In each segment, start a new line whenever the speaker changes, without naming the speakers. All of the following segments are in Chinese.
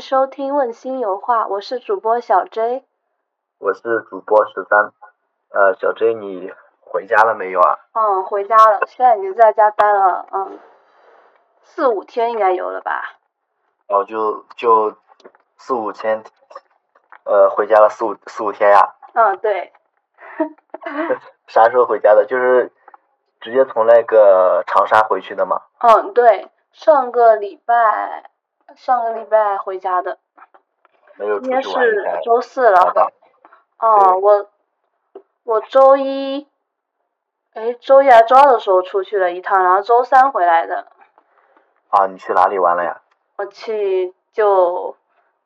收听《问心有话》，我是主播小 J。
我是主播十三。呃，小 J，你回家了没有啊？
嗯，回家了，现在已经在家待了嗯四五天应该有了吧？
哦，就就四五天，呃，回家了四五四五天呀、
嗯，对，
啥时候回家的？就是直接从那个长沙回去的吗？
嗯对，上个礼拜上个礼拜回家的，
没有出
今天
去玩
是
应该。
周四了。
好的，
哦，我我周一，哎，周一还周二的时候出去了一趟，然后周三回来的。
啊，你去哪里玩了呀？
我去就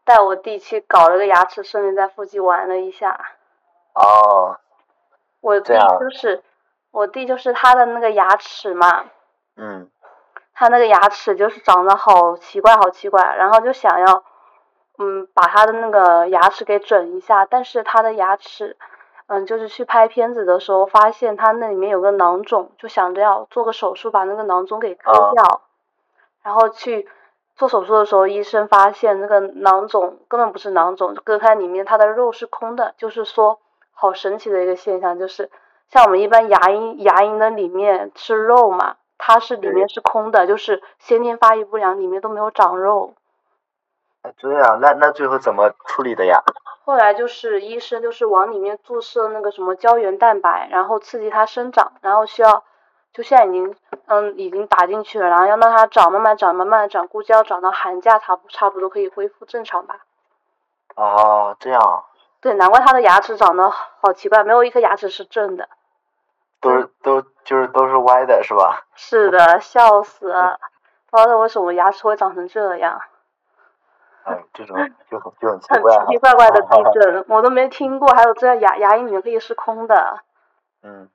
带我弟去搞了个牙齿，顺便在附近玩了一下。
哦，
我弟
这样
就是我弟就是他的那个牙齿嘛，
嗯，
他那个牙齿就是长得好奇怪，好奇怪，然后就想要嗯把他的那个牙齿给整一下，但是他的牙齿嗯就是去拍片子的时候发现他那里面有个囊肿，就想着要做个手术把那个囊肿给割
啊
掉，然后去。做手术的时候，医生发现那个囊肿根本不是囊肿，割开里面它的肉是空的，就是说好神奇的一个现象，就是像我们一般牙龈牙龈的里面是肉嘛，它是里面
对
是空的，就是先天发育不良，里面都没有长肉。
这样，那那最后怎么处理的呀？
后来就是医生就是往里面注射那个什么胶原蛋白，然后刺激它生长，然后需要就现在已经嗯已经打进去了，然后要让它长，慢慢长，慢慢地长，估计要长到寒假差不差不多可以恢复正常吧。
哦，这样，
对，难怪他的牙齿长得好奇怪，没有一颗牙齿是正的。
都是都就是都是歪的是吧？
是的，笑死了，
嗯
不知道为什么牙齿会长成这样，
哎，这种就很就很奇
很
怪啊
奇
哈
奇。怪怪的地震，我都没听过。还有这样牙牙龈里面可以是空的。
嗯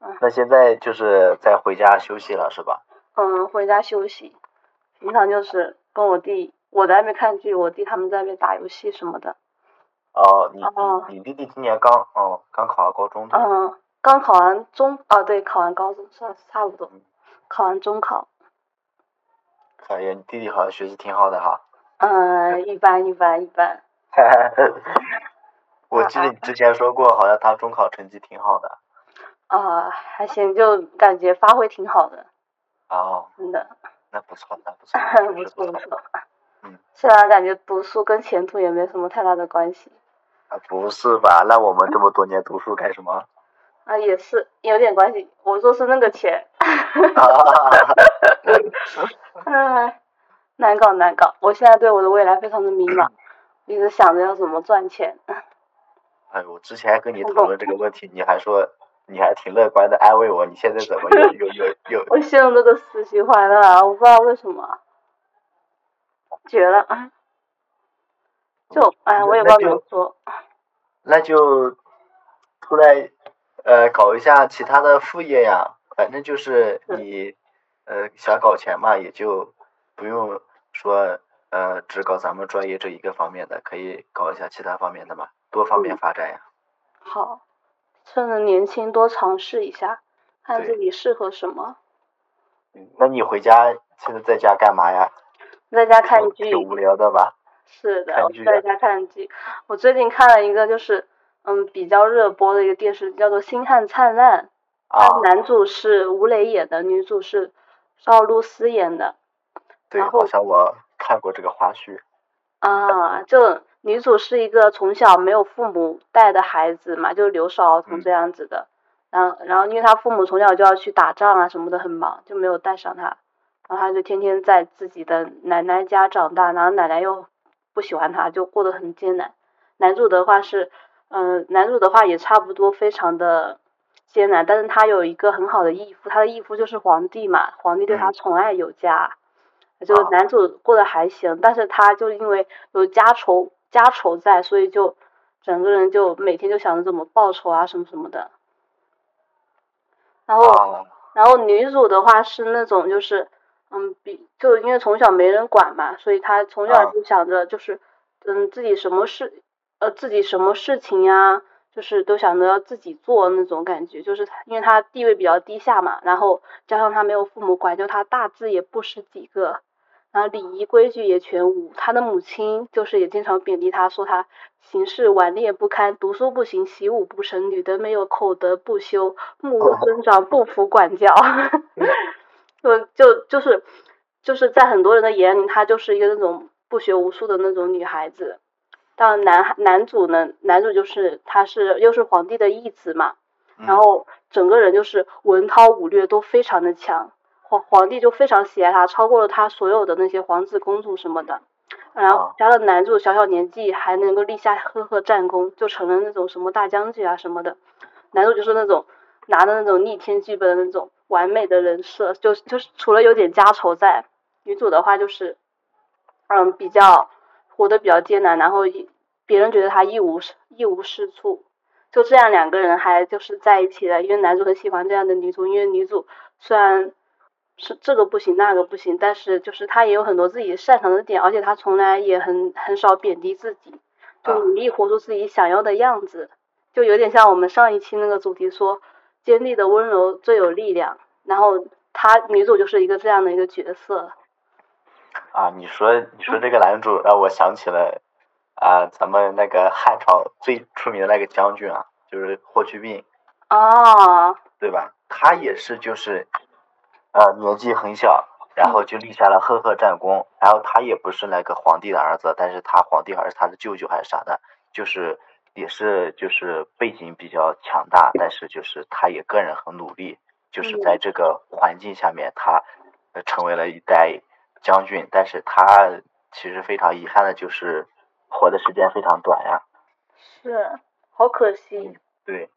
嗯，
那现在就是在回家休息了是吧？
嗯，回家休息。平常就是跟我弟，我在那边看剧，我弟他们在那边打游戏什么的。
哦，你
哦
你你弟弟今年刚哦刚考上高中对吧？
嗯，刚考完中啊，对，考完高中算差不多，考完中考，嗯
感哎觉你弟弟好像学习挺好的哈。
嗯，一般一般一般。
我记得你之前说过，好像他中考成绩挺好的。
啊、还行，就感觉发挥挺好的，
哦，
真的，，
那不错，那不错
不
确实
错不错。
嗯，
虽然感觉读书跟前途也没什么太大的关系，
啊，不是吧？那我们这么多年读书干什么？
啊，也是有点关系。我说是那个钱，唉， 难搞难搞。我现在对我的未来非常的迷茫，一直想着要怎么赚钱。
哎，我之前跟你讨论这个问题，你还说你还挺乐观的，安慰我，你现在怎么又又又又
我陷入这个死循环了，我不知道为什么，绝了。 就哎，我也不知道怎么说。
那就出来呃搞一下其他的副业呀，反正就是
是
你呃想搞钱嘛，也就不用说呃只搞咱们专业这一个方面的，可以搞一下其他方面的嘛，多方面
嗯
发展呀。
好，趁着年轻多尝试一下，看
对
自己适合什么。
嗯那你回家现在在家干嘛呀？
在家看剧，
挺无聊的吧？
是的，
看
我
剧
在
啊
家看剧。我最近看了一个，就是嗯比较热播的一个电视剧，叫做《星汉灿烂》，
啊，
它呃男主是吴磊演的，女主是赵露思演的。
对，
然后
好像我看过这个花絮。
啊，就女主是一个从小没有父母带的孩子嘛，就是留守儿童
嗯
这样子的。然后，然后因为她父母从小就要去打仗啊什么的，很忙，就没有带上她。然后她就天天在自己的奶奶家长大，然后奶奶又不喜欢她，就过得很艰难。男主的话是，嗯、男主的话也差不多，非常的艰难，但是他有一个很好的义父，他的义父就是皇帝嘛，皇帝对他
嗯
宠爱有加。就
啊
男主过得还行，但是他就因为有家仇家仇在，所以就整个人就每天就想着怎么报仇啊什么什么的。然后，
啊，
然后女主的话是那种就是，嗯，比就因为从小没人管嘛，所以她从小
啊
就想着就是，嗯，自己什么事，呃，自己什么事情呀、就是都想着要自己做那种感觉，就是她因为她地位比较低下嘛，然后加上她没有父母管，就她大字也不识几个，然后礼仪规矩也全无。他的母亲就是也经常贬低他，说他行事顽劣不堪，读书不行，习武不成，女的没有口德不修，目无尊长，不服管教。 就就就是就是在很多人的眼里，她就是一个那种不学无术的那种女孩子。但男男主呢，男主就是他是又是皇帝的义子嘛，
嗯
然后整个人就是文韬武略都非常的强，皇皇帝就非常喜爱他，超过了他所有的那些皇子公主什么的。然后
哦
加上男主小小年纪还能够立下赫赫战功，就成了那种什么大将军啊什么的。男主就是那种拿的那种逆天剧本的那种完美的人设，就就是除了有点家仇在，女主的话就是，嗯，比较活得比较艰难，然后一别人觉得她一无是一无是处，就这样两个人还就是在一起了，因为男主很喜欢这样的女主，因为女主虽然是这个不行那个不行，但是就是她也有很多自己擅长的点，而且她从来也很很少贬低自己，就
啊
努力活出自己想要的样子，就有点像我们上一期那个主题说，坚定的温柔最有力量，然后她女主就是一个这样的一个角色，
啊，你说你说这个男主让我想起了啊，咱们那个汉朝最出名的那个将军啊，就是霍去病，
哦，
对吧？他也是就是，呃，年纪很小，然后就立下了赫赫战功。然后他也不是那个皇帝的儿子，但是他皇帝还是他的舅舅还是啥的，就是也是就是背景比较强大，但是就是他也个人很努力，就是在这个环境下面，他呃成为了一代将军。但是他其实非常遗憾的就是活的时间非常短呀。
是，好可惜，
对，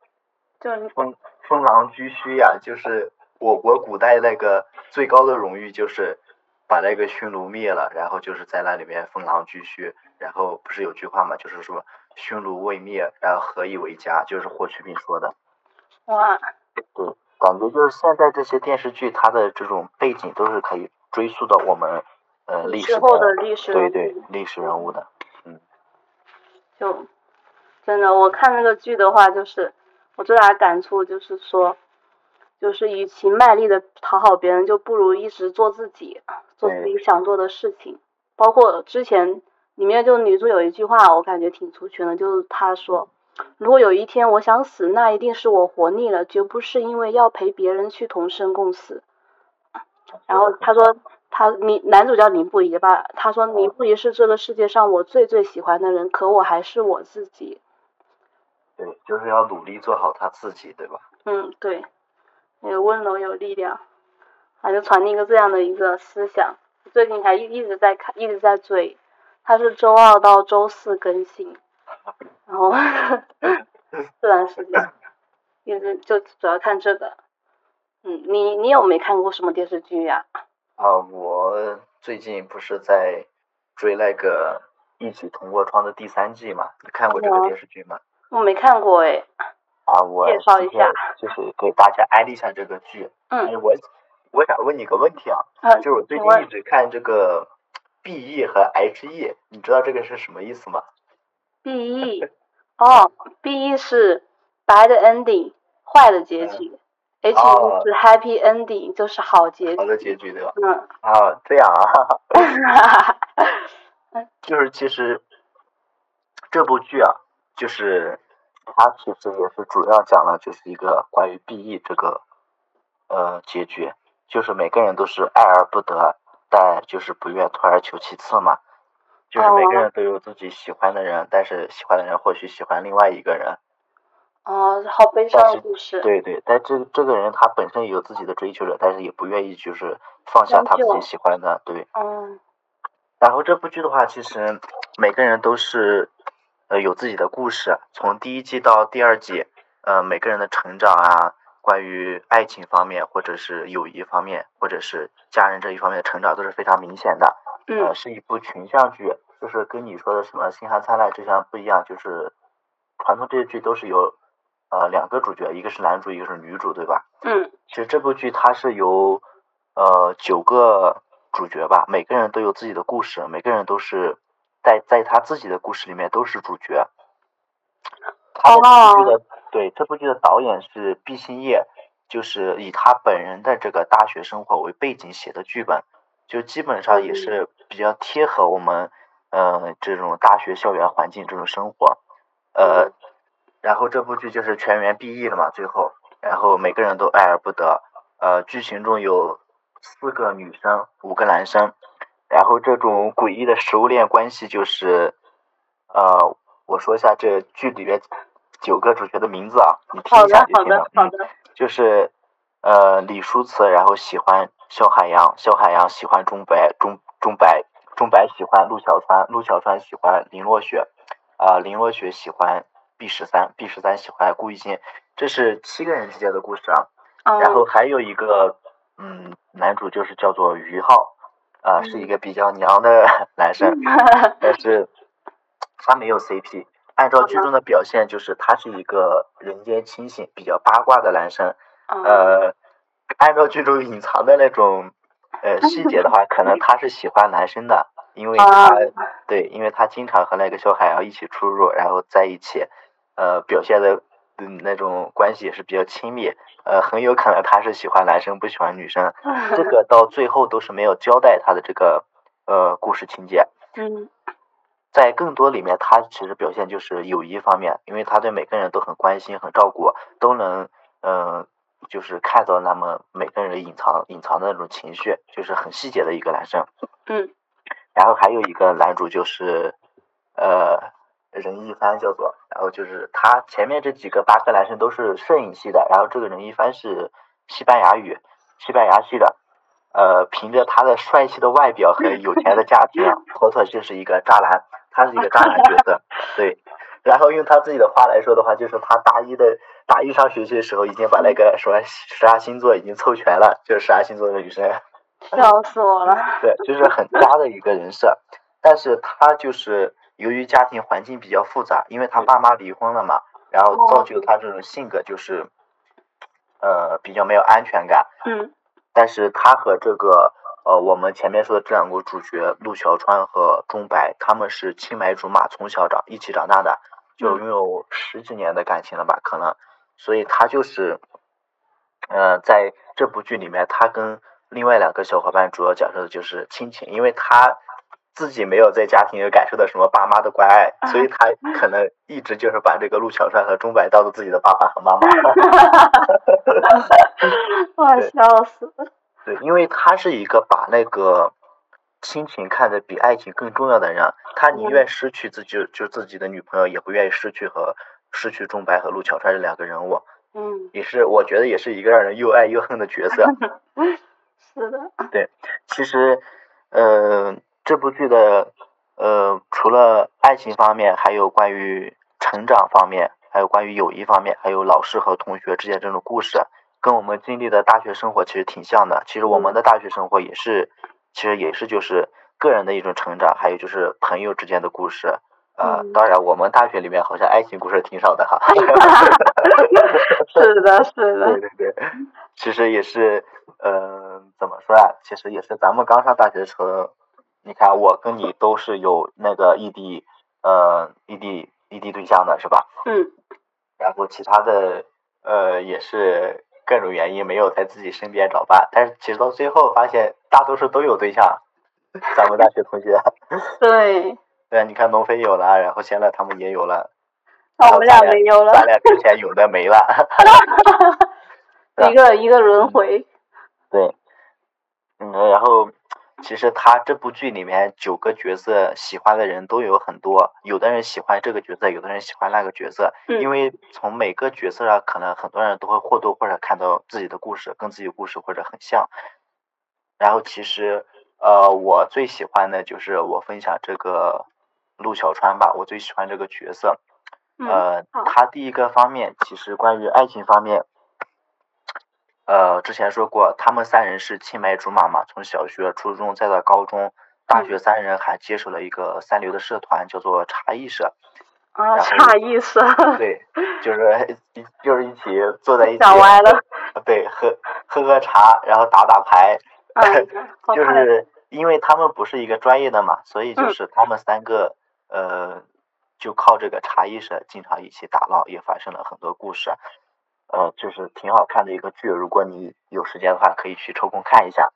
就你
封封狼居胥呀、就是我国古代那个最高的荣誉，就是把那个匈奴灭了，然后就是在那里面封狼居胥。然后不是有句话嘛，就是说匈奴未灭，然后何以为家，就是霍去病说的。
哇，
感觉就是现在这些电视剧，它的这种背景都是可以追溯到我们呃历史
之后的历史
对
人
对
物
历史人物的。
就真的，我看那个剧的话，就是我最大的感触就是说，就是与其卖力的讨好别人，就不如一直做自己，做自己想做的事情。包括之前里面就女主有一句话，我感觉挺出圈的，就是她说。如果有一天我想死，那一定是我活腻了，绝不是因为要陪别人去同生共死。然后他说他你男主叫林不疑吧，他说林不疑是这个世界上我最最喜欢的人，可我还是我自己。
对，就是要努力做好他自己，对吧？
嗯，对，有温柔有力量，啊，就传递一个这样的一个思想。最近还一一直在看，一直在追，它是周二到周四更新，然后这段时间一直就主要看这个。嗯，你你有没看过什么电视剧呀、
啊，我最近不是在追那个《一起同过窗》的第三季嘛？你看过这个
哦
电视剧吗？
我没看过哎。
啊，我
介绍一
今天
下，
就是给大家安利一下这个剧。
嗯
哎，我我想问你个问题啊，
啊
就是我最
请
近一
问
直看这个 BE 和 HE，你知道这个是什么意思吗？
B E，哦，B E 是 bad ending 坏的结局，H E
嗯哦
是 happy ending 就是好结
好的
局。
结局对吧？
嗯，
啊，这样啊，
哈哈，
就是其实这部剧啊，就是它其实也是主要讲了就是一个关于 BE 这个呃结局，就是每个人都是爱而不得，啊但就是不愿退而求其次嘛。就是每个人都有自己喜欢的人，但是喜欢的人或许喜欢另外一个人。
哦，好悲伤的故事。
对对，但这这个人他本身也有自己的追求者，但是也不愿意就是放下他自己喜欢的。对，
嗯，
然后这部剧的话，其实每个人都是呃有自己的故事，从第一季到第二季，呃每个人的成长啊，关于爱情方面，或者是友谊方面，或者是家人这一方面的成长都是非常明显的。呃，
嗯，
是一部群像剧，就是跟你说的什么《星汉灿烂》这项不一样，就是传统这些剧都是由呃两个主角，一个是男主，一个是女主，对吧？
嗯，
其实这部剧它是由呃九个主角吧，每个人都有自己的故事，每个人都是在在他自己的故事里面都是主角。他的这部剧的、对这部剧的导演是毕兴业，就是以他本人的这个大学生活为背景写的剧本。就基本上也是比较贴合我们呃这种大学校园环境这种生活，呃，然后这部剧就是全员毕业了嘛，最后，然后每个人都爱而不得，呃，剧情中有四个女生，五个男生，然后这种诡异的食物链关系就是，呃，我说一下这剧里面九个主角的名字啊，你听
好
一
的
下就
好
行了
的。好的，
就是呃李书慈，然后喜欢萧海洋，萧海洋喜欢钟白，钟钟白钟白喜欢陆小川，陆小川喜欢林若雪，啊、林若雪喜欢 B 十三，B 十三喜欢顾一心，这是七个人之间的故事啊。
嗯，
然后还有一个嗯男主就是叫做于浩，啊、是一个比较娘的 男
嗯
生，但是他没有 CP。按照剧中的表现，就是他是一个人间清醒、比较八卦的男生，
嗯
呃，按照剧中隐藏的那种呃细节的话，可能他是喜欢男生的，因为
啊
他对，因为他经常和那个小海洋一起出入，然后在一起，呃，表现的嗯那种关系也是比较亲密，呃，很有可能他是喜欢男生不喜欢女生，这个到最后都是没有交代他的这个呃故事情节。
嗯
在更多里面，他其实表现就是友谊方面，因为他对每个人都很关心、很照顾，都能嗯、呃就是看到那么每个人隐藏隐藏的那种情绪，就是很细节的一个男生。
嗯
然后还有一个男主就是呃任一帆叫做，然后就是他前面这几个八个男生都是摄影系的，然后这个任一帆是西班牙语西班牙系的。呃，凭着他的帅气的外表和有钱的家庭啊，妥妥就是一个渣男。他是一个渣男角色，对。然后用他自己的话来说的话，就是他大一的大一上学期的时候，已经把那个什么十二星座已经凑全了，就是十二星座的女生。
笑死我了，
对，就是很渣的一个人设。但是他就是由于家庭环境比较复杂，因为他爸妈离婚了嘛，然后造就他这种性格就是，呃，比较没有安全感。
嗯
但是他和这个呃，我们前面说的这两个主角陆小川和钟白，他们是青梅竹马，从小长一起长大的，就
嗯
拥有十几年的感情了吧，可能，所以他就是，呃，在这部剧里面，他跟另外两个小伙伴主要讲述的就是亲情，因为他。自己没有在家庭里感受到什么爸妈的关爱，所以他可能一直就是把这个陆小川和钟白当做自己的爸爸和妈妈。
我
对
笑死了，
对，因为他是一个把那个亲情看得比爱情更重要的人，啊他宁愿失去自己就自己的女朋友，也不愿意失去和失去钟白和陆小川这两个人物，啊
嗯
也是我觉得也是一个让人又爱又恨的角色。啊
是的，
其实，呃，这部剧的呃，除了爱情方面，还有关于成长方面，还有关于友谊方面，还有老师和同学之间这种故事，啊跟我们经历的大学生活其实挺像的。其实我们的大学生活也是，其实也是就是个人的一种成长，还有就是朋友之间的故事。呃
嗯，
当然，我们大学里面好像爱情故事挺少的哈。
是的是
对
的，
对对，其实也是，呃，怎么说啊？其实也是咱们刚上大学的时候，你看我跟你都是有那个异地，呃，异地异地对象的是吧？
嗯
然后其他的，呃，也是各种原因没有在自己身边找伴，但是其实到最后发现大多数都有对象，咱们大学同学，啊
对，
对啊，你看农飞有了，然后现在他们也有了，
那我们俩没有了
咱，俩之前有的没了。俩
一个一个
嗯
轮回，
对，嗯，然后其实他这部剧里面九个角色喜欢的人都有很多，有的人喜欢这个角色，有的人喜欢那个角色，因
嗯
为从每个角色上，可能很多人都会或多或少看到自己的故事，跟自己的故事或者很像。然后其实，呃，我最喜欢的就是我分享这个陆小川吧，我最喜欢这个角色。
嗯
呃
好，
他第一个方面其实关于爱情方面，呃，之前说过，他们三人是青梅竹马嘛，从小学、初中再到高中、大学，
嗯
三人还接手了一个三流的社团，叫做茶艺 社。
啊，
然后
差意思，
对，就是 一就是一起坐在一起，
想歪了，
对，喝喝喝茶，然后打打牌，
嗯，好
就
快乐，
是因为他们不是一个专业的嘛，所以就
嗯
是他们三个呃，就靠这个茶艺社经常一起打闹，也发生了很多故事，呃，就是挺好看的一个剧。如果你有时间的话，可以去抽空看一下。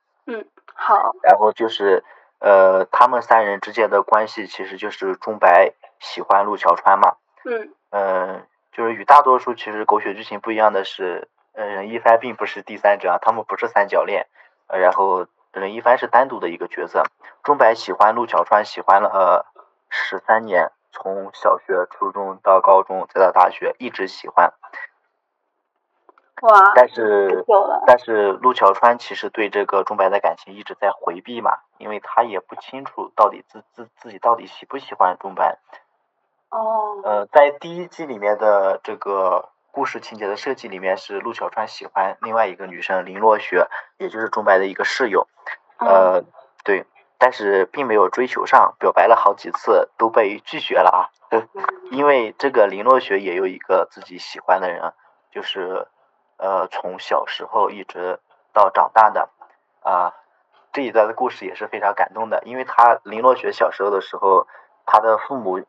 好，
然后就是呃，他们三人之间的关系其实就是中白喜欢陆桥川嘛，
嗯，
嗯，就是与大多数其实狗血剧情不一样的是，呃，任一帆并不是第三者啊，他们不是三角恋，呃然后任一帆是单独的一个角色。中白喜欢陆桥川，喜欢了呃十三、13年，从小学、初中到高中，再到大学，一直喜欢。
哇，
但是
很久了，
但是陆桥川其实对这个钟白的感情一直在回避嘛，因为他也不清楚到底自自自己到底喜不喜欢钟白。
哦，
呃，在第一季里面的这个故事情节的设计里面，是陆桥川喜欢另外一个女生林落雪，也就是钟白的一个室友。
嗯，
呃，对，但是并没有追求上，表白了好几次都被拒绝了啊。 因为这个林落雪也有一个自己喜欢的人，啊就是呃从小时候一直到长大的啊、这一段的故事也是非常感动的，因为她林落雪小时候的时候，她的父母，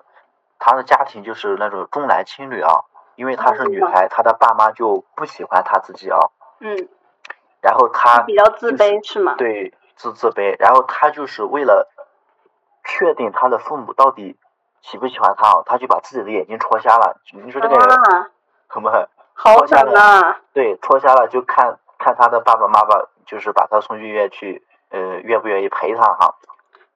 她的家庭就是那种重男轻女啊，因为她是女孩，她的爸妈就不喜欢她自己啊，
嗯，
然后她
比较自
就是
卑是吗？
对，自自卑。然后他就是为了确定他的父母到底喜不喜欢他啊，他就把自己的眼睛戳瞎了。你说这个人
啊，
很不狠？
好
脱下
狠啊！
对，戳瞎了就看看他的爸爸妈妈，就是把他送去医院去，呃，愿不愿意陪他哈？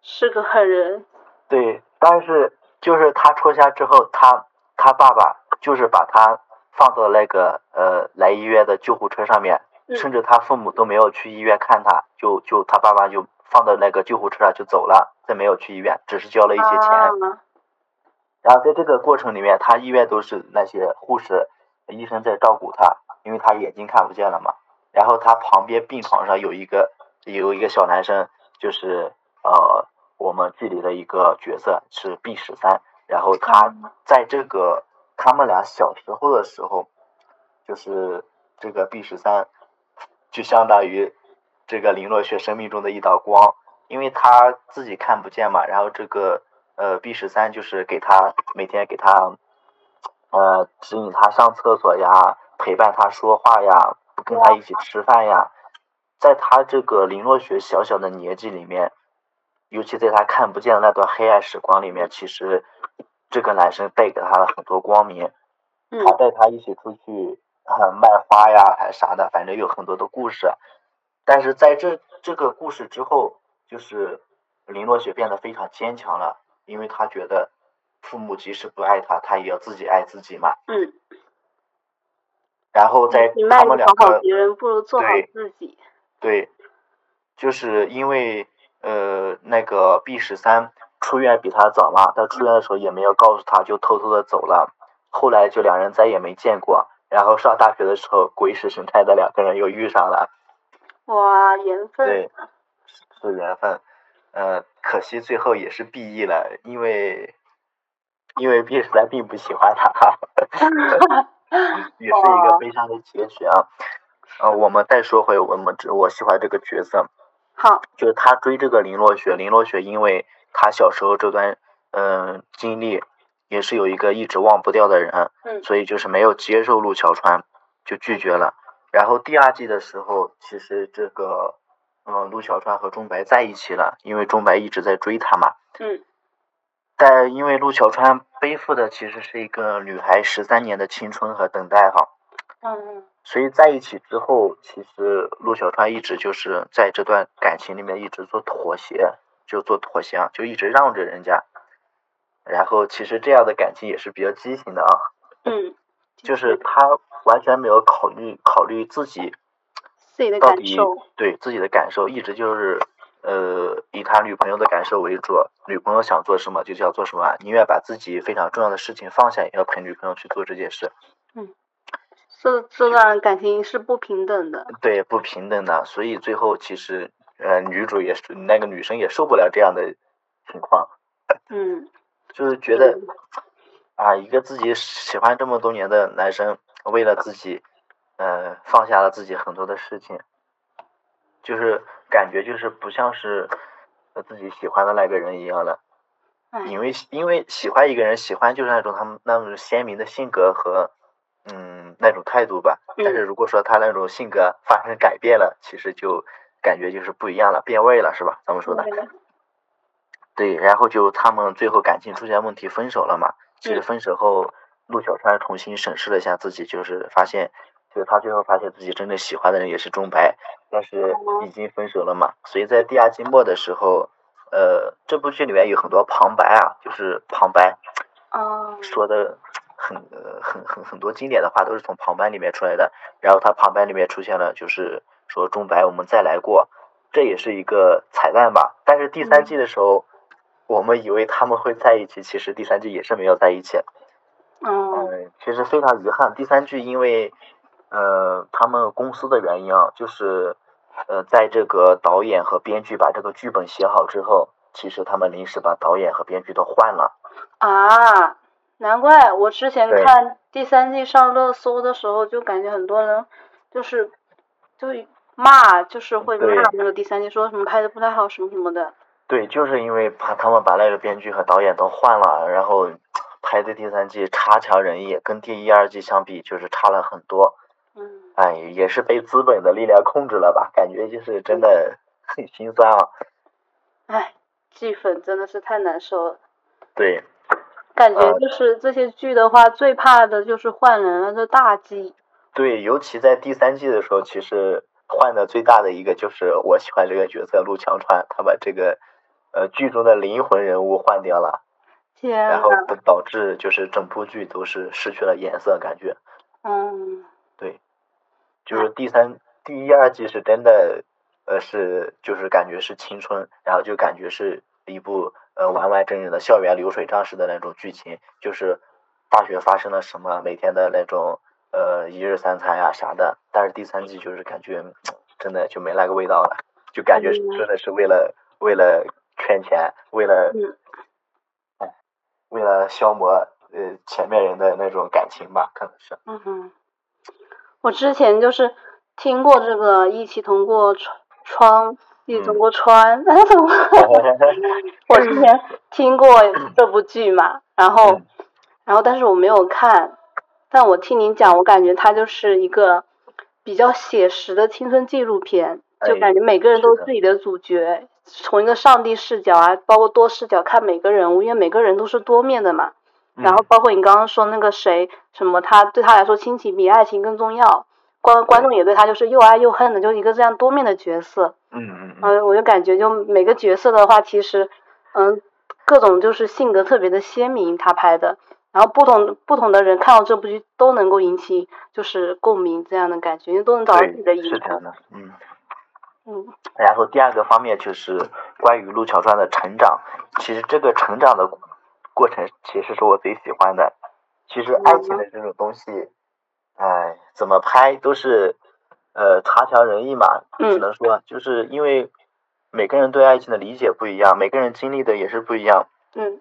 是个狠人，
对，但是就是他戳瞎之后，他他爸爸就是把他放到那个呃来医院的救护车上面，
嗯
甚至他父母都没有去医院看他，就就他爸爸就放到那个救护车上就走了，再没有去医院，只是交了一些钱。
啊，
然后在这个过程里面，他医院都是那些护士、医生在照顾他，因为他眼睛看不见了嘛。然后他旁边病床上有一个有一个小男生，就是呃我们剧里的一个角色是 B 十三。然后他在这个他们俩小时候的时候，就是这个 B 十三，就相当于这个林若雪生命中的一道光，因为他自己看不见嘛，然后这个呃 B 十三就是给他每天给他呃指引他上厕所呀，陪伴他说话呀，不跟他一起吃饭呀，在他这个林若雪小小的年纪里面，尤其在他看不见的那段黑暗时光里面，其实这个男生带给他了很多光明，
嗯
他带他一起出去呃卖花呀，还是啥的，反正有很多的故事。但是在这这个故事之后，就是林若雪变得非常坚强了，因为她觉得父母即使不爱她，她也要自己爱自己嘛。
嗯，
然后在
你卖
他
力
们两
讨好
个
别人，不如做好
对
自己。
对，就是因为呃那个 B 十三出院比他早嘛，他出院的时候也没有告诉他，就偷偷的走了。后来就两人再也没见过。然后上大学的时候，鬼使神差的两个人又遇上了。
哇，缘分
对，是缘分。呃，可惜最后也是 B E 了，因为因为 B 实在并不喜欢他， 也是一个
哦
悲伤的结局啊。呃，我们再说回我们这我喜欢这个角色，
好，
就是他追这个林落雪，林落雪因为他小时候这段嗯、呃经历，也是有一个一直忘不掉的人，
嗯
所以就是没有接受陆桥川，就拒绝了。然后第二季的时候，其实这个嗯、呃陆桥川和钟白在一起了，因为钟白一直在追他嘛。
嗯
但因为陆桥川背负的其实是一个女孩十三年的青春和等待哈，
嗯
所以在一起之后，其实陆小川一直就是在这段感情里面一直做妥协，就做妥协啊，就一直让着人家。然后其实这样的感情也是比较畸形的啊，
嗯，
就是他完全没有考虑考虑自己
自己的
到
感
底
受，
对自己的感受，一直就是呃以他女朋友的感受为主，女朋友想做什么就想做什么，宁愿把自己非常重要的事情放下，也要陪女朋友去做这件事。
这这段感情是不平等的。
对不平等的，所以最后其实呃女主也是那个女生也受不了这样的情况，
嗯，
就是觉得啊一个自己喜欢这么多年的男生，为了自己呃放下了自己很多的事情，就是感觉就是不像是呃自己喜欢的那个人一样了，
哎
因，为因为喜欢一个人，喜欢就是那种他们那种鲜明的性格和。嗯，那种态度吧。但是
嗯
如果说他那种性格发生改变了，其实就感觉就是不一样了，变味了是吧？咱们说的
对哦
对，然后就他们最后感情出现问题分手了嘛。其
嗯
实分手后，陆小川重新审视了一下自己，就是发现，就是他最后发现自己真正喜欢的人也是钟白，但是已经分手了嘛。所以在第二季末的时候，呃，这部剧里面有很多旁白啊，就是旁白
哦，
说的很呃很很很多经典的话都是从旁白里面出来的。然后他旁白里面出现了，就是说钟白我们再来过，这也是一个彩蛋吧。但是第三
嗯
季的时候，我们以为他们会在一起，其实第三季也是没有在一起。
嗯
嗯，其实非常遗憾，第三季因为呃他们公司的原因啊，就是呃在这个导演和编剧把这个剧本写好之后，其实他们临时把导演和编剧都换了。
啊，难怪我之前
对
看第三季上热搜的时候，就感觉很多人就是就骂，就是会
对
骂那个第三季，说什么拍的不太好，什么什么的。
对，就是因为把他们把那个编剧和导演都换了，然后拍的第三季差强人意，跟第一、二季相比就是差了很多。
嗯
哎，也是被资本的力量控制了吧？感觉就是真的 很心酸啊。
唉，剧粉真的是太难受了。
对，
感觉
呃
就是这些剧的话，最怕的就是换人了，这大忌。
对，尤其在第三季的时候，其实换的最大的一个就是我喜欢这个角色陆强川，他把这个呃剧中的灵魂人物换掉了，
天
然
呐
后，导致就是整部剧都是失去了颜色，感觉
嗯，
就是第三第一二季是真的，呃是就是感觉是青春，然后就感觉是一部呃完完整整的校园流水账式的那种剧情，就是大学发生了什么，每天的那种呃一日三餐呀、啥的。但是第三季就是感觉嗯真的就没那个味道了，就感觉是
嗯
真的是为了为了圈钱，为了
嗯
哎为了消磨呃前面人的那种感情吧，可能 是
嗯，我之前就是听过这个一起通过窗窗，一起通过窗， 但是我我之前听过这部剧嘛，然后
嗯
然后但是我没有看，但我听您讲，我感觉它就是一个比较写实的青春纪录片，就
哎
感觉每个人都
是
是
的
自己的主角，从一个上帝视角啊，包括多视角看每个人物，因为每个人都是多面的嘛。
嗯
然后包括你刚刚说那个谁什么，他对他来说亲情比爱情更重要，观观众也对他就是又爱又恨的，就是一个这样多面的角色。
嗯嗯嗯嗯
嗯，我就感觉就每个角色的话，其实嗯，各种就是性格特别的鲜明，他拍的。然后不同不同的人看到这部剧都能够引起就是共鸣这样的感觉，因为都能找到自己的
对，
影
是这样
子。
的，嗯。
嗯
然后第二个方面就是关于陆桥川的成长，其实这个成长的过程其实是我最喜欢的。其
嗯
实爱情的这种东西，哎，怎么拍都是呃差强人意嘛，只
嗯
能说就是因为每个人对爱情的理解不一样，每个人经历的也是不一样。
嗯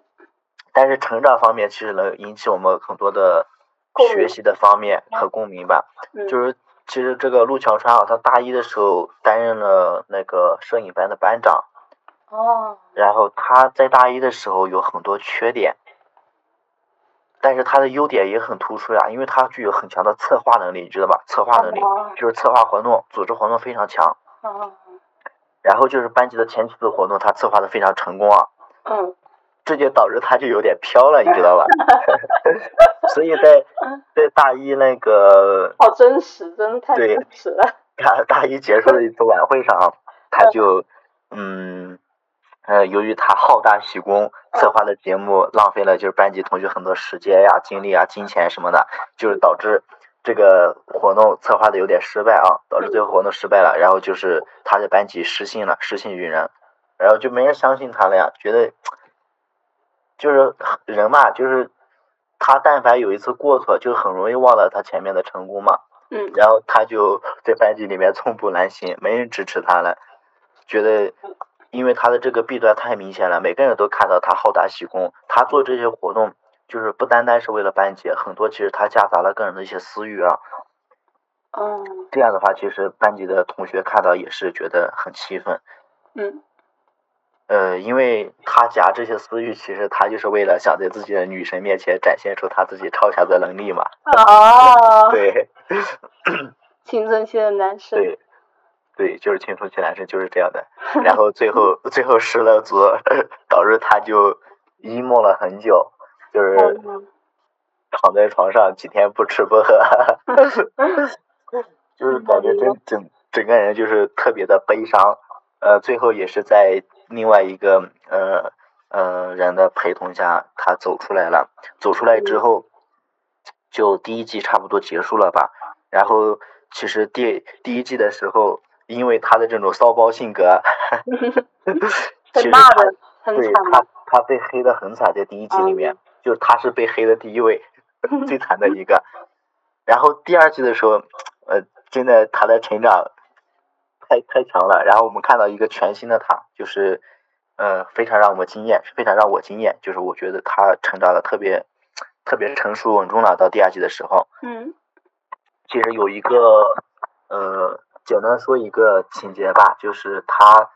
但是成长方面其实能引起我们很多的
共鸣
学习的方面和共鸣吧。
嗯，
就是其实这个陆桥川啊，他大一的时候担任了那个摄影班的班长，
哦，
然后他在大一的时候有很多缺点，但是他的优点也很突出呀、因为他具有很强的策划能力，你知道吧？策划能力
哦
就是策划活动、组织活动非常强，
哦
然后就是班级的前几次活动他策划的非常成功啊，
嗯
这就导致他就有点飘了，你知道吧？ 所以在在大一那个
好真实，真的太
对
真实了。
大大一结束的一次晚会上，他就嗯呃，由于他好大喜功，策划的节目浪费了就是班级同学很多时间呀、精力啊、金钱什么的，就是导致这个活动策划的有点失败啊，导致最后活动失败了，然后就是他在班级失信了，失信于人，然后就没人相信他了呀，觉得就是人嘛，就是他但凡有一次过错，就很容易忘了他前面的成功嘛。
嗯
然后他就在班级里面寸步难行，没人支持他了，觉得因为他的这个弊端太明显了，每个人都看到他好大喜功，他做这些活动就是不单单是为了班级，很多其实他夹杂了个人的一些私欲啊。
嗯
这样的话，其实班级的同学看到也是觉得很气愤，
嗯
呃，因为他夹这些私欲，其实他就是为了想在自己的女神面前展现出他自己超强的能力嘛。
哦，
对
青春期的男生。
对，对，就是青春期男生就是这样的。然后最后最后失了足，导致他就 emo 了很久，就是
嗯
躺在床上几天不吃不喝，就是感觉
嗯
真整整个人就是特别的悲伤。呃，最后也是在另外一个呃呃人的陪同下，他走出来了。走出来之
嗯
后，就第一季差不多结束了吧。然后其实第第一季的时候，因为他的这种骚包性格， 其
很
实
大
他
的，很
对
惨
他
的，
他被黑的很惨，在第一季里面，
嗯
就是他是被黑的第一位， 最惨的一个。然后第二季的时候，呃，真的他的成长太太强了。然后我们看到一个全新的他，就是呃，非常让我们惊艳，非常让我惊艳。就是我觉得他成长的特别特别成熟稳重了。到第二季的时候，
嗯
其实有一个呃，简单说一个情节吧，就是他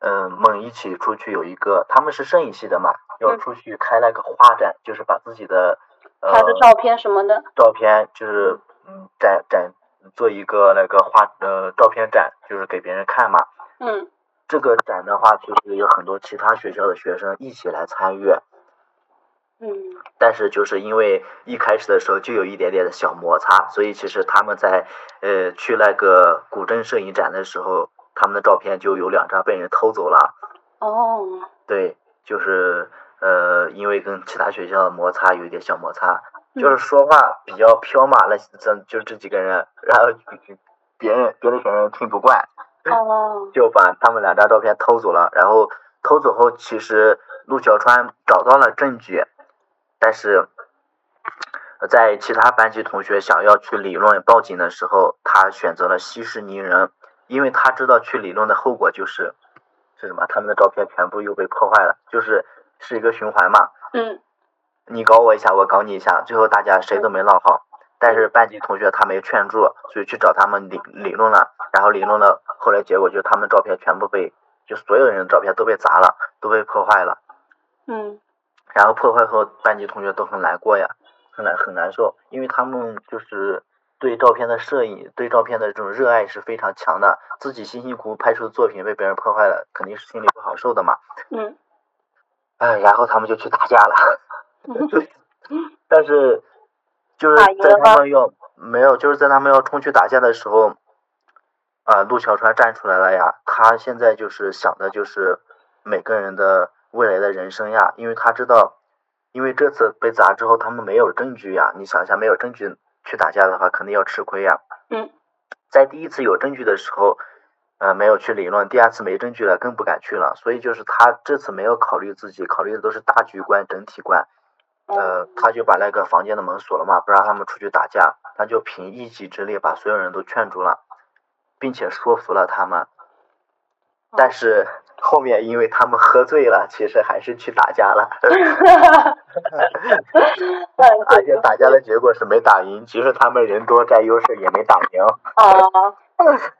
嗯、呃们一起出去有一个，他们是摄影系的嘛，要
嗯
出去开那个花展，就是把自己的呃
拍个照片什么的，
照片，就是嗯展展做一个那个画呃照片展，就是给别人看嘛。
嗯
这个展的话，其实有很多其他学校的学生一起来参与，
嗯
但是就是因为一开始的时候就有一点点的小摩擦，所以其实他们在呃去那个古镇摄影展的时候，他们的照片就有两张被人偷走了。
哦，
对，就是呃，因为跟其他学校的摩擦有一点小摩擦，就
嗯
是说话比较飘嘛，那咱就这几个人，然后别人别的学生听不惯，
哦，
就把他们两张照片偷走了。然后偷走后，其实陆小川找到了证据，但是在其他班级同学想要去理论报警的时候，他选择了息事宁人，因为他知道去理论的后果就是是什么？他们的照片全部又被破坏了，就是是一个循环嘛。
嗯
你搞我一下，我搞你一下，最后大家谁都没落好。但是班级同学他没劝住，所以去找他们理理论了，然后理论了，后来结果就是他们照片全部被，就所有人的照片都被砸了，都被破坏了。
嗯
然后破坏后，班级同学都很难过呀，很难很难受，因为他们就是对照片的摄影、对照片的这种热爱是非常强的，自己辛辛苦苦拍出的作品被别人破坏了，肯定是心里不好受的嘛。
嗯
哎，然后他们就去打架了。嗯但是就是
打赢
在
了
他
啊吗
们要没有，就是在他们要冲去打架的时候，啊、陆小川站出来了呀。他现在就是想的就是每个人的未来的人生呀，因为他知道，因为这次被砸之后，他们没有证据呀。你想一下，没有证据去打架的话，肯定要吃亏呀。
嗯
在第一次有证据的时候，呃，没有去理论；第二次没证据了，更不敢去了。所以就是他这次没有考虑自己，考虑的都是大局观、整体观。呃
哦，
他就把那个房间的门锁了嘛，不让他们出去打架，他就凭一己之力把所有人都劝住了，并且说服了他们。但是后面因为他们喝醉了，其实还是去打架了，
哦
而且打架的结果是没打赢，即使他们人多占优势也没打赢，
哦，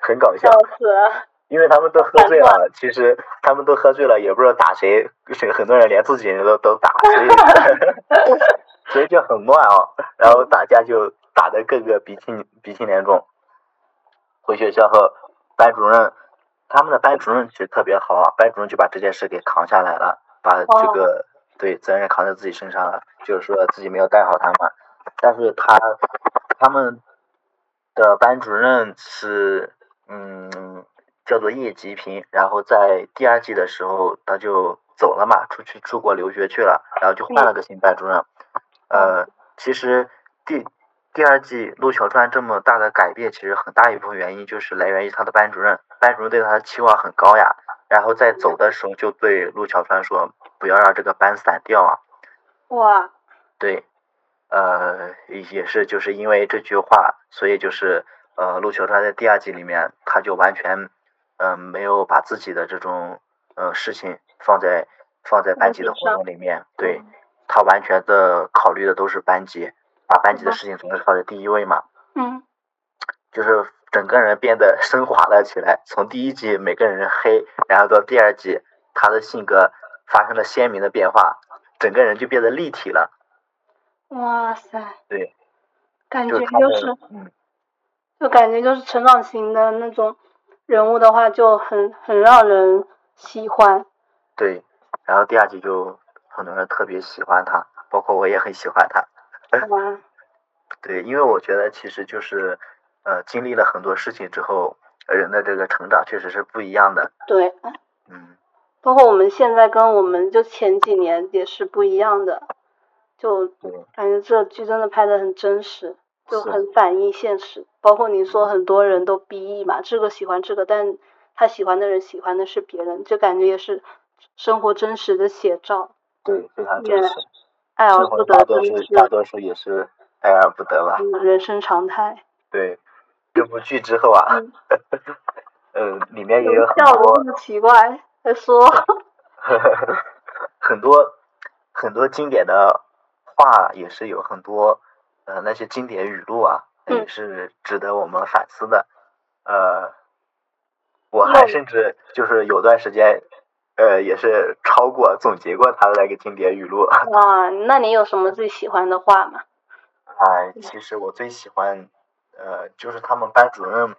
很搞笑
笑。死了，
因为他们都喝醉了，其实他们都喝醉了，也不知道打谁， 是很多人连自己人都都打，所以所以 就很乱啊、然后打架就打得各个鼻青鼻青脸肿。回学校后，班主任他们的班主任其实特别好啊，班主任就把这件事给扛下来了，把这个、对责任扛在自己身上了，就是说自己没有带好他们，但是他他们的班主任是嗯叫做叶吉平，然后在第二季的时候他就走了嘛，出去出国留学去了，然后就换了个新班主任。呃，其实第第二季陆小川这么大的改变，其实很大一部分原因就是来源于他的班主任，班主任对他的期望很高呀，然后在走的时候就对陆小川说不要让这个班散掉啊，
哇，
对，呃，也是就是因为这句话，所以就是呃，陆小川在第二季里面，他就完全嗯、呃没有把自己的这种呃事情放在放在班级的活动里面，对他完全的考虑的都是班级，把班级的
嗯
事情总是放在第一位嘛，
嗯
就是整个人变得 升华了起来。从第一季每个人黑，然后到第二季，他的性格发生了鲜明的变化，整个人就变得立体了。
哇塞，
对，
感
就
觉
是他
就
们
是
嗯
就感觉就是成长型的那种人物的话就很很让人喜欢。
对，然后第二季就很多人特别喜欢他，包括我也很喜欢他。
好吧，
对，因为我觉得其实就是，呃，经历了很多事情之后，人的这个成长确实是不一样的。
对，
嗯，
包括我们现在跟我们就前几年也是不一样的，就
对
感觉这剧真的拍的很真实，就是很反映现实。包括你说很多人都 BE 嘛，这个喜欢这个，但他喜欢的人喜欢的是别人，就感觉也是生活真实的写照。
对，非常
也
真实。
爱而
生
不
活
得
大
真
多
的
数
是
大多数也是爱而不得吧。
嗯人生常态。
对，这部剧之后啊
嗯，
呃，里面也有很
笑的这
多
么奇怪，还说
很多很多经典的话，也是有很多呃那些经典语录啊，
嗯
也是值得我们反思的。呃，我
那
还
我
甚至就是有段时间，呃，也是超过总结过他的那个经典语录。
哇，啊那你有什么最喜欢的话吗？
哎，其实我最喜欢，呃，就是他们班主任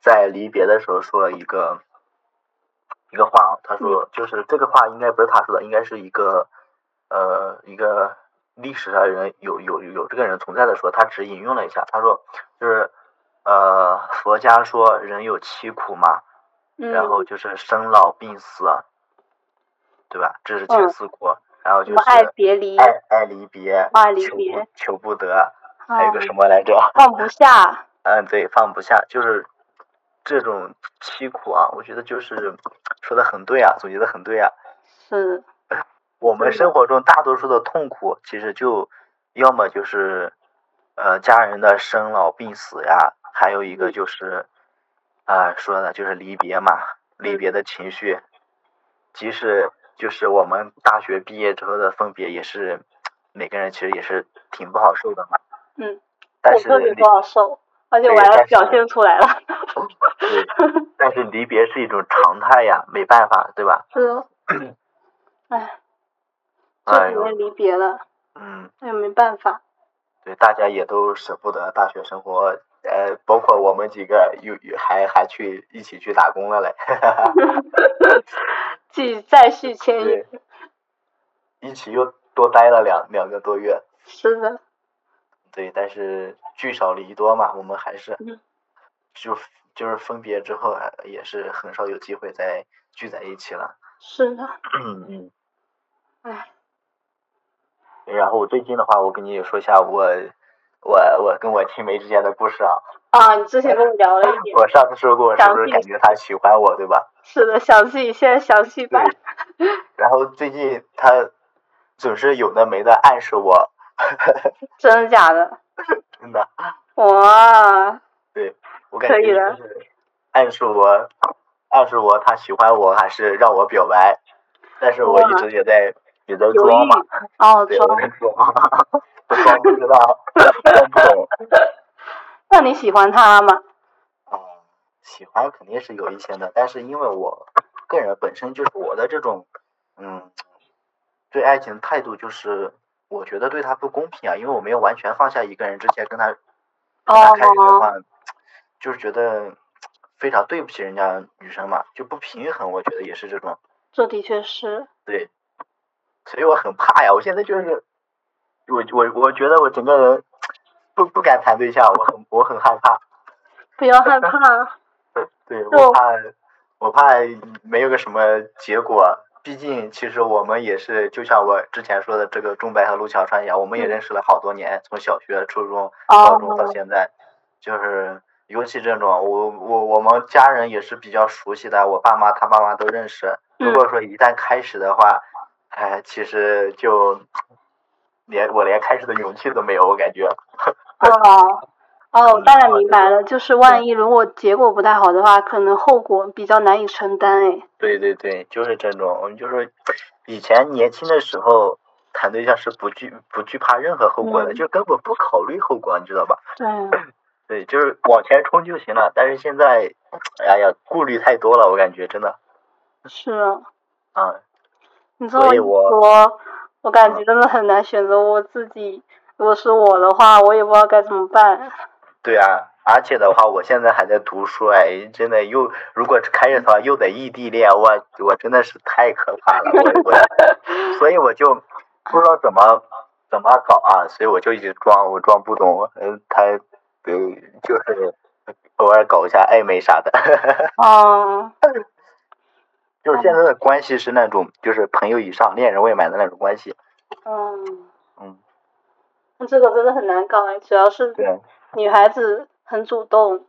在离别的时候说了一个一个话啊，他
嗯
说就是这个话应该不是他说的，应该是一个呃一个历史上人有有有这个人存在的说，他只引用了一下，他说就是呃佛家说人有七苦嘛，
嗯，
然后就是生老病死，啊对吧？这是
嗯
前四苦，然后
什
就
么爱
是
别离，啊
爱爱离别，
爱离
求
别
不求不得。啊还有个
嗯
什么来着？
放不下，
嗯，对，放不下，就是这种凄苦啊，我觉得就是说的很对啊，总结的很对啊。
是
我们
是的
生活中大多数的痛苦，其实就要么就是呃家人的生老病死呀，还有一个
嗯
就是啊、说的就是离别嘛，
嗯
离别的情绪，即使就是我们大学毕业之后的分别，也是每个人其实也是挺不好受的嘛。
嗯，
但
我
是
特别
离
不好受，而且我
对
还要
但是
表现出来了，
对，但是离别是一种常态呀，没办法，对吧？
是，哎，就
哎
只
呦，
能离别了，
嗯，
那也没办法，
对，大家也都舍不得大学生活，呃，包括我们几个又又还还去一起去打工了嘞，
继再续前
对
缘，，
一起又多待了两两个多月，
是的，
对，但是聚少离多嘛，我们还是
嗯
就就是分别之后还也是很少有机会再聚在一起了，
是的，
嗯嗯。
哎，
然后我最近的话，我跟你也说一下我我我跟我青梅之间的故事啊。
啊，你之前跟我聊了一点，
我上次说过，是不
详
是
细
感觉他喜欢我，对吧？
是的，详细，现在详细吧，
然后最近他总是有的没的暗示我，
真的假的？
真的，
哇，
我感觉
可以
就
了
是暗示我，暗示我他喜欢我，还是让我表白，但是我一直也在也在
犹
装
豫
嘛，，
哦，
对，我
装，
在装，我装 不知道，装不懂。
那你喜欢他吗？
嗯，喜欢肯定是有一些的，但是因为我个人本身就是我的这种，嗯，对爱情的态度就是，我觉得对他不公平啊，因为我没有完全放下一个人之前跟他跟他开始的
哦，
话，就是觉得非常对不起人家女生嘛，就不平衡，我觉得也是这种，
这的确是，
对，所以我很怕呀，我现在就是，我我我觉得我整个人不不敢谈对象，我很我很害怕。
不要害 怕，
对，
就
我怕我怕没有个什么结果。毕竟，其实我们也是，就像我之前说的这个钟白和陆小川一样，我们也
嗯
认识了好多年，从小学、初中、高中到
哦，
现在，就是尤其这种，我我我们家人也是比较熟悉的，我爸妈他爸妈都认识。如
嗯
果说一旦开始的话，哎，其实就连我连开始的勇气都没有，我感觉。
哦，哦，我
嗯
大概
然后
明
就
白了，就是万一如果结果不太好的话，可能后果比较难以承担。哎，
对对对，就是这种。我们就是以前年轻的时候谈对象是不惧不惧怕任何后果的，
嗯
就根本不考虑后果，你知道吧？
对啊，
对，就是往前冲就行了。但是现在，哎呀，顾虑太多了，我感觉真的
是啊，
啊，
你这
所
么一
以我嗯
说，我感觉真的 很难选择我自己。如果是我的话，我也不知道该怎么办。
对啊，而且的话，我现在还在读书，哎，真的又如果开始的话又得异地恋，我我真的是太可怕了，我我，所以我就不知道怎么怎么搞啊，所以我就一直装，我装不懂，嗯，他呃就是偶尔搞一下暧昧啥的，
哦，
就是现在的关系是那种就是朋友以上、恋人未满的那种关系，
嗯，
嗯，
那这个真的很难搞哎，主要是
对啊
女孩子很主动，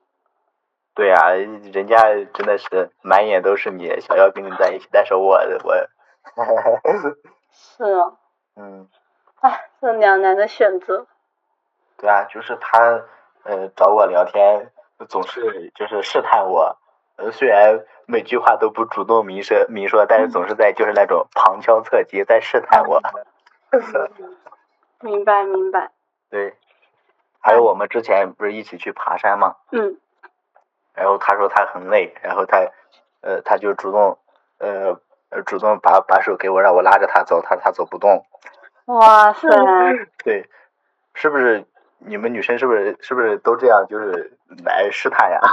对啊，人家真的是满眼都是你，想要跟你在一起，但是我我，
是啊，
嗯。
哎，这两难的选择，
对啊，就是他呃找我聊天，总是就是试探我，呃虽然每句话都不主动明说明说，但是总是在就是那种旁敲侧击在试探我。
明白明白，
对，还有我们之前不是一起去爬山嘛，
嗯，
然后他说他很累，然后他呃他就主动呃呃主动把把手给我，让我拉着他走，他说他走不动。
哇塞，
嗯对，是不是你们女生是不是是不是都这样就是来试探呀？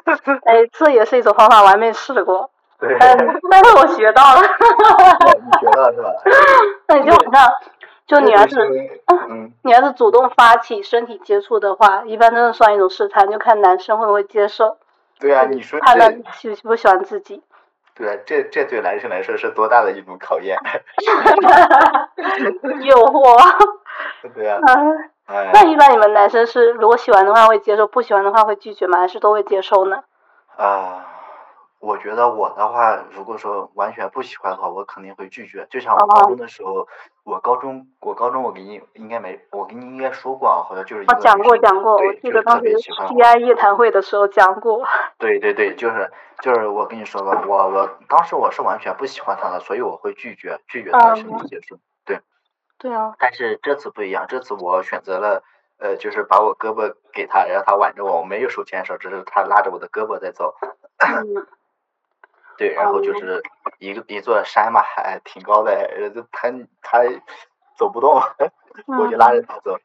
哎，这也是一种方法，我还没试过，
对，
但但是我学到了，
你觉得是吧？
那你就好像就女孩子。
嗯，
你要是主动发起身体接触的话，一般都是算一种试探，就看男生会不会接受，
对啊，你说
判
这
断喜喜不喜欢自 己。
对啊，这这对男生来说是多大的一种考验？
诱惑。
对啊，
嗯，
哎，
那一般你们男生是如果喜欢的话会接受，不喜欢的话会拒绝吗？还是都会接受呢？
啊，我觉得我的话，如果说完全不喜欢的话，我肯定会拒绝。就像
哦
我高中的时候，我高中我高中我给你应该没，我跟你应该说过啊，好像就是一
我
个
哦讲
女
过
生
讲过，
对
我记
就
得
是特
当时
别喜欢我
PI 夜谈会的时候讲过。
对对对，就是就是我跟你说吧，我我当时我是完全不喜欢他的，所以我会拒绝拒绝
哦
他的身体接触。
对 啊，
但是这次不一样，这次我选择了，呃，就是把我胳膊给他，让他挽着我，我没有手牵手，只是他拉着我的胳膊在走。
嗯，
对，然后就
哦
是一个一座山嘛，还挺高的，呃他他走不动，我就拉着他走。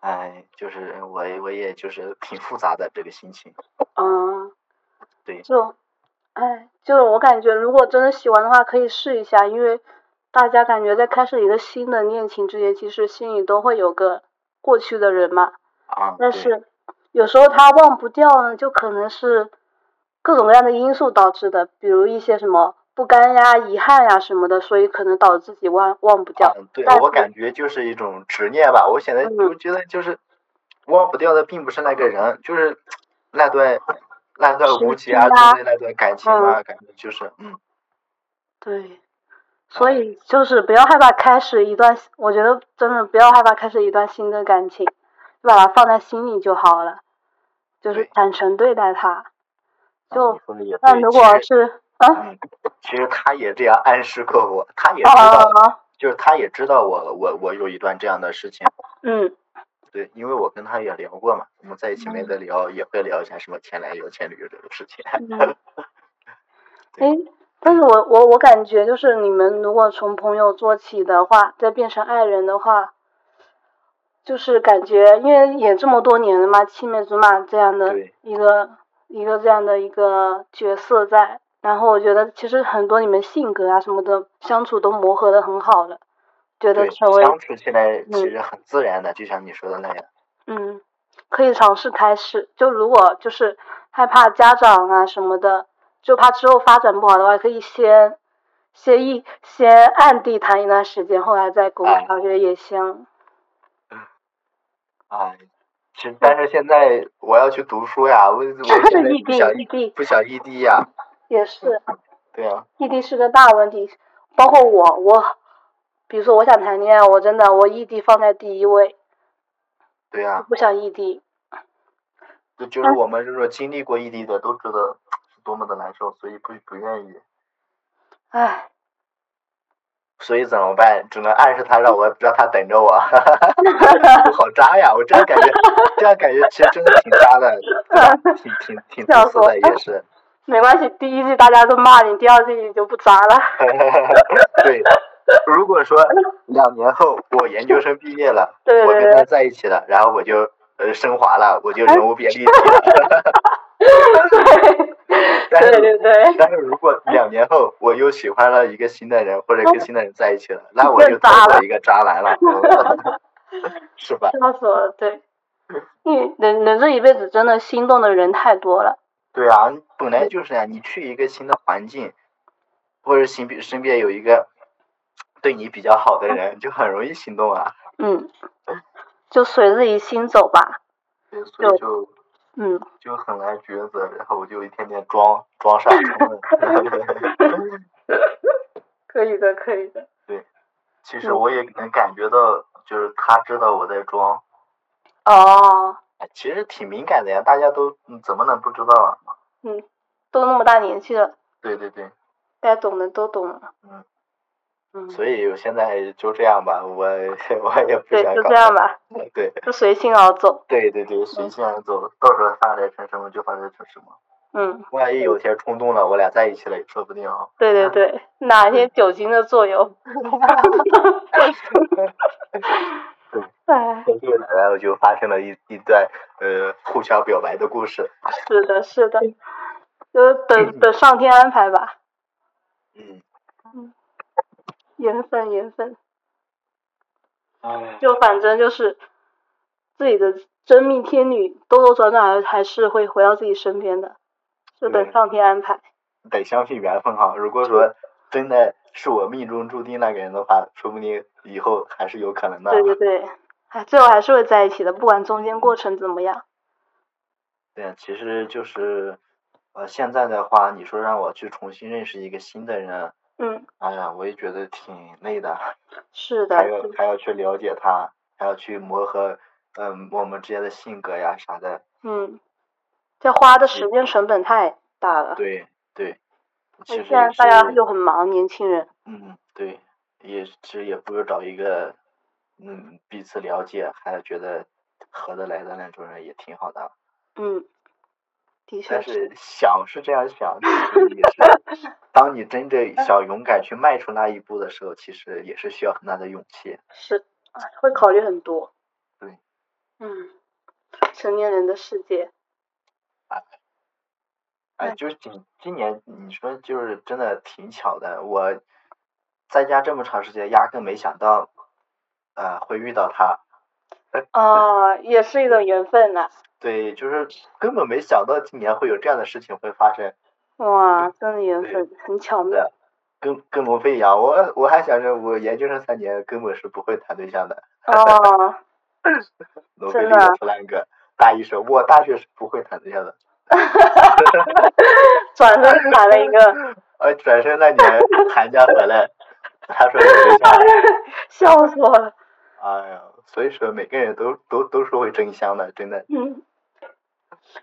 哎，就是我我也就是挺复杂的这个心情。
嗯，
对
就，哎，就是我感觉，如果真的喜欢的话，可以试一下，因为大家感觉在开始一个新的恋情之前，其实心里都会有个过去的人嘛。
啊，
但
对
是有时候他忘不掉呢，就可能是各种各样的因素导致的，比如一些什么不甘呀、遗憾呀什么的，所以可能导致自己忘忘不掉。
嗯，对
但
我
是
感觉就是一种执念吧。我现在
嗯
我觉得就是忘不掉的并不是那个人，就是那段那段
时
无疾而
间
终
啊
的那段感情嘛，感觉就是嗯，
对，
啊
所以就是不要害怕开始一段，我觉得真的不要害怕开始一段新的感情，就把它放在心里就好了，就是
对
坦诚对待它。
啊
就
你说的也
那
对
如
其
果
实
是啊，
嗯，其实他也这样暗示过我，他也知道，
啊，
就是他也知道我我我有一段这样的事情，
嗯，
对，因为我跟他也聊过嘛，我们在一起没
嗯
得聊，也会聊一下什么前男友、前女友这种事情。
嗯，
对
诶，但是我我我感觉就是你们如果从朋友做起的话，再变成爱人的话，就是感觉因为也这么多年了嘛，青梅竹马这样的
对
一个一个这样的一个角色在，然后我觉得其实很多你们性格啊什么的相处都磨合的很好了，觉得
对，
成为
相处起来其
嗯
实很自然的，就像你说的那样。
嗯，可以尝试开始。就如果就是害怕家长啊什么的，就怕之后发展不好的话，可以先先一先暗地谈一段时间，后来再公
哎
开，我觉得也行。
啊，其实但是现在我要去读 书呀，我我现在
异
不
地
想
异地
不想异地呀，
也是，
对呀、
异地是个大问题。包括我，我比如说我想谈恋爱，我真的我异地放在第一位，
对呀、
不想异地。
就
啊
就是我们这种经历过异地的都知道是多么的难受，所以不不愿意，
唉，
所以怎么办？只能暗示他让我让他等着我， 我好渣呀！我这样感觉，这样感觉其实真的挺渣的，对吧？挺挺挺
笑
自
死
私
我
的也是，
没关系，第一季大家都骂你，第二季你就不渣了。
对。如果说两年后我研究生毕业了，
对
我
对
跟他
对，哎
在一起了，然后我就呃升华了，我就人物变立体 了。但
对
是
对对，
但是如果两年后我又喜欢了一个新的人，或者跟新的人在一起了，那我就
变渣
做了一个渣 男了，是吧？
笑死我了，对。嗯，人人这一辈子真的心动的人太多了，
对啊，本来就是呀、你去一个新的环境，或者身边身边有一个对你比较好的人，就很容易心动啊。
嗯，就随自己心走吧，
对所以就
嗯，
就很难抉择，然后我就一天天装装傻 充愣。
可以的，可以的，
其
嗯
实我也能感觉到，就是他知道我在装，
哦，
哎其实挺敏感的呀，大家都嗯怎么能不知道啊？
都那么大年纪了，
对对对，
该懂的都懂了，
嗯
嗯，
所以我现在就这样吧，我 我也不
对，
想
就
搞
这样吧，嗯
对
就随性而走，
对对对，随心而走，到时候发展成什么就发展成什么。
嗯，
万一有天冲动了，我俩在一起了也说不定 啊。
对对对，哪一天酒精的作 用，哎，
在这个奶奶，我就发生了一一段呃互相表白的故事。
是的，是的，就等等上天安排吧，
嗯，
缘分，缘分。
哎，
就反正就是自己的真命天女，兜兜转转还还是会回到自己身边的，就等
对
上天安排。
得相信缘分哈。如果说真的是我命中注定那个人的话，说不定以后还是有可能的。
对对对，哎，最后还是会在一起的，不管中间过程怎么样。
对，其实就是呃，现在的话，你说让我去重新认识一个新的人，
嗯，
哎呀，我也觉得挺累的，
是的
还，要还要去了解他，还要去磨合，嗯，我们之间的性格呀啥的。
嗯，这花的时间成本太大了。
对对，其实
现在
也
大家
是
又很忙，年轻人。
嗯，对，也其实也不如找一个，嗯，彼此了解，还觉得合得来的那种人也挺好的。
嗯，的确
但是想是这样想，其实也 是，当你真正
嗯
想勇敢去迈出那一步的时候，其实也是需要很大的勇气。
是，哎会考虑很多。
对，
嗯，成年人的世界，
哎，
对
就是今今年你说就是真的挺巧的，我在家这么长时间，压根没想到，呃，会遇到他。
啊、也是一种缘分呐、
对，就是根本没想到今年会有这样的事情会发生。
哇，真的缘
对
分很巧
对
妙
啊。跟跟罗非一样，我我还想着我研究生三年根本是不会谈对象的。
哦，
罗非
真
立
的啊
了弗兰格，大一说，我大学是不会谈对象的。
转身谈了一个，
呃，转身那年寒假回来，他说有对象了。
笑死我了。
哎呀，所以说每个人都都都是会争相的，真的。
嗯，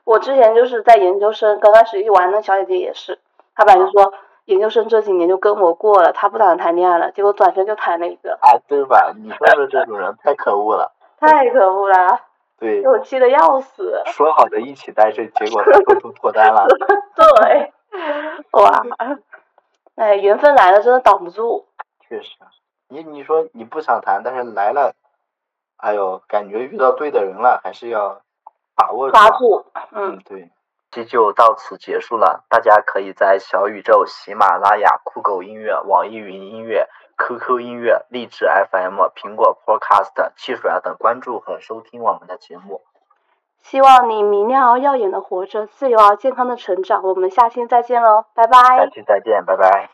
我之前就是在研究生刚开始一玩，那小姐姐也是，她本来就说研究生这几年就跟我过了，她不打算谈恋爱了，结果转身就谈了一个，
啊，对吧？你说的这种人太可恶了。
太可恶了，
对
给，我气的要死。
说好的一起单身，结果他偷偷脱单了。
对，哇，哎，缘分来了真的挡不住。
确实，你你说你不想谈，但是来了，哎呦，感觉遇到对的人了，还是要把握啊
抓
嘛
住，嗯，，
对。这就到此结束了，大家可以在小宇宙、喜马拉雅、酷狗音乐、网易云音乐、QQ 音乐、荔枝 FM、苹果 Podcast、汽水啊等关注和收听我们的节目。
希望你明亮而耀眼的活着，自由而健康的成长。我们下期再见喽，拜
下期再见，拜拜。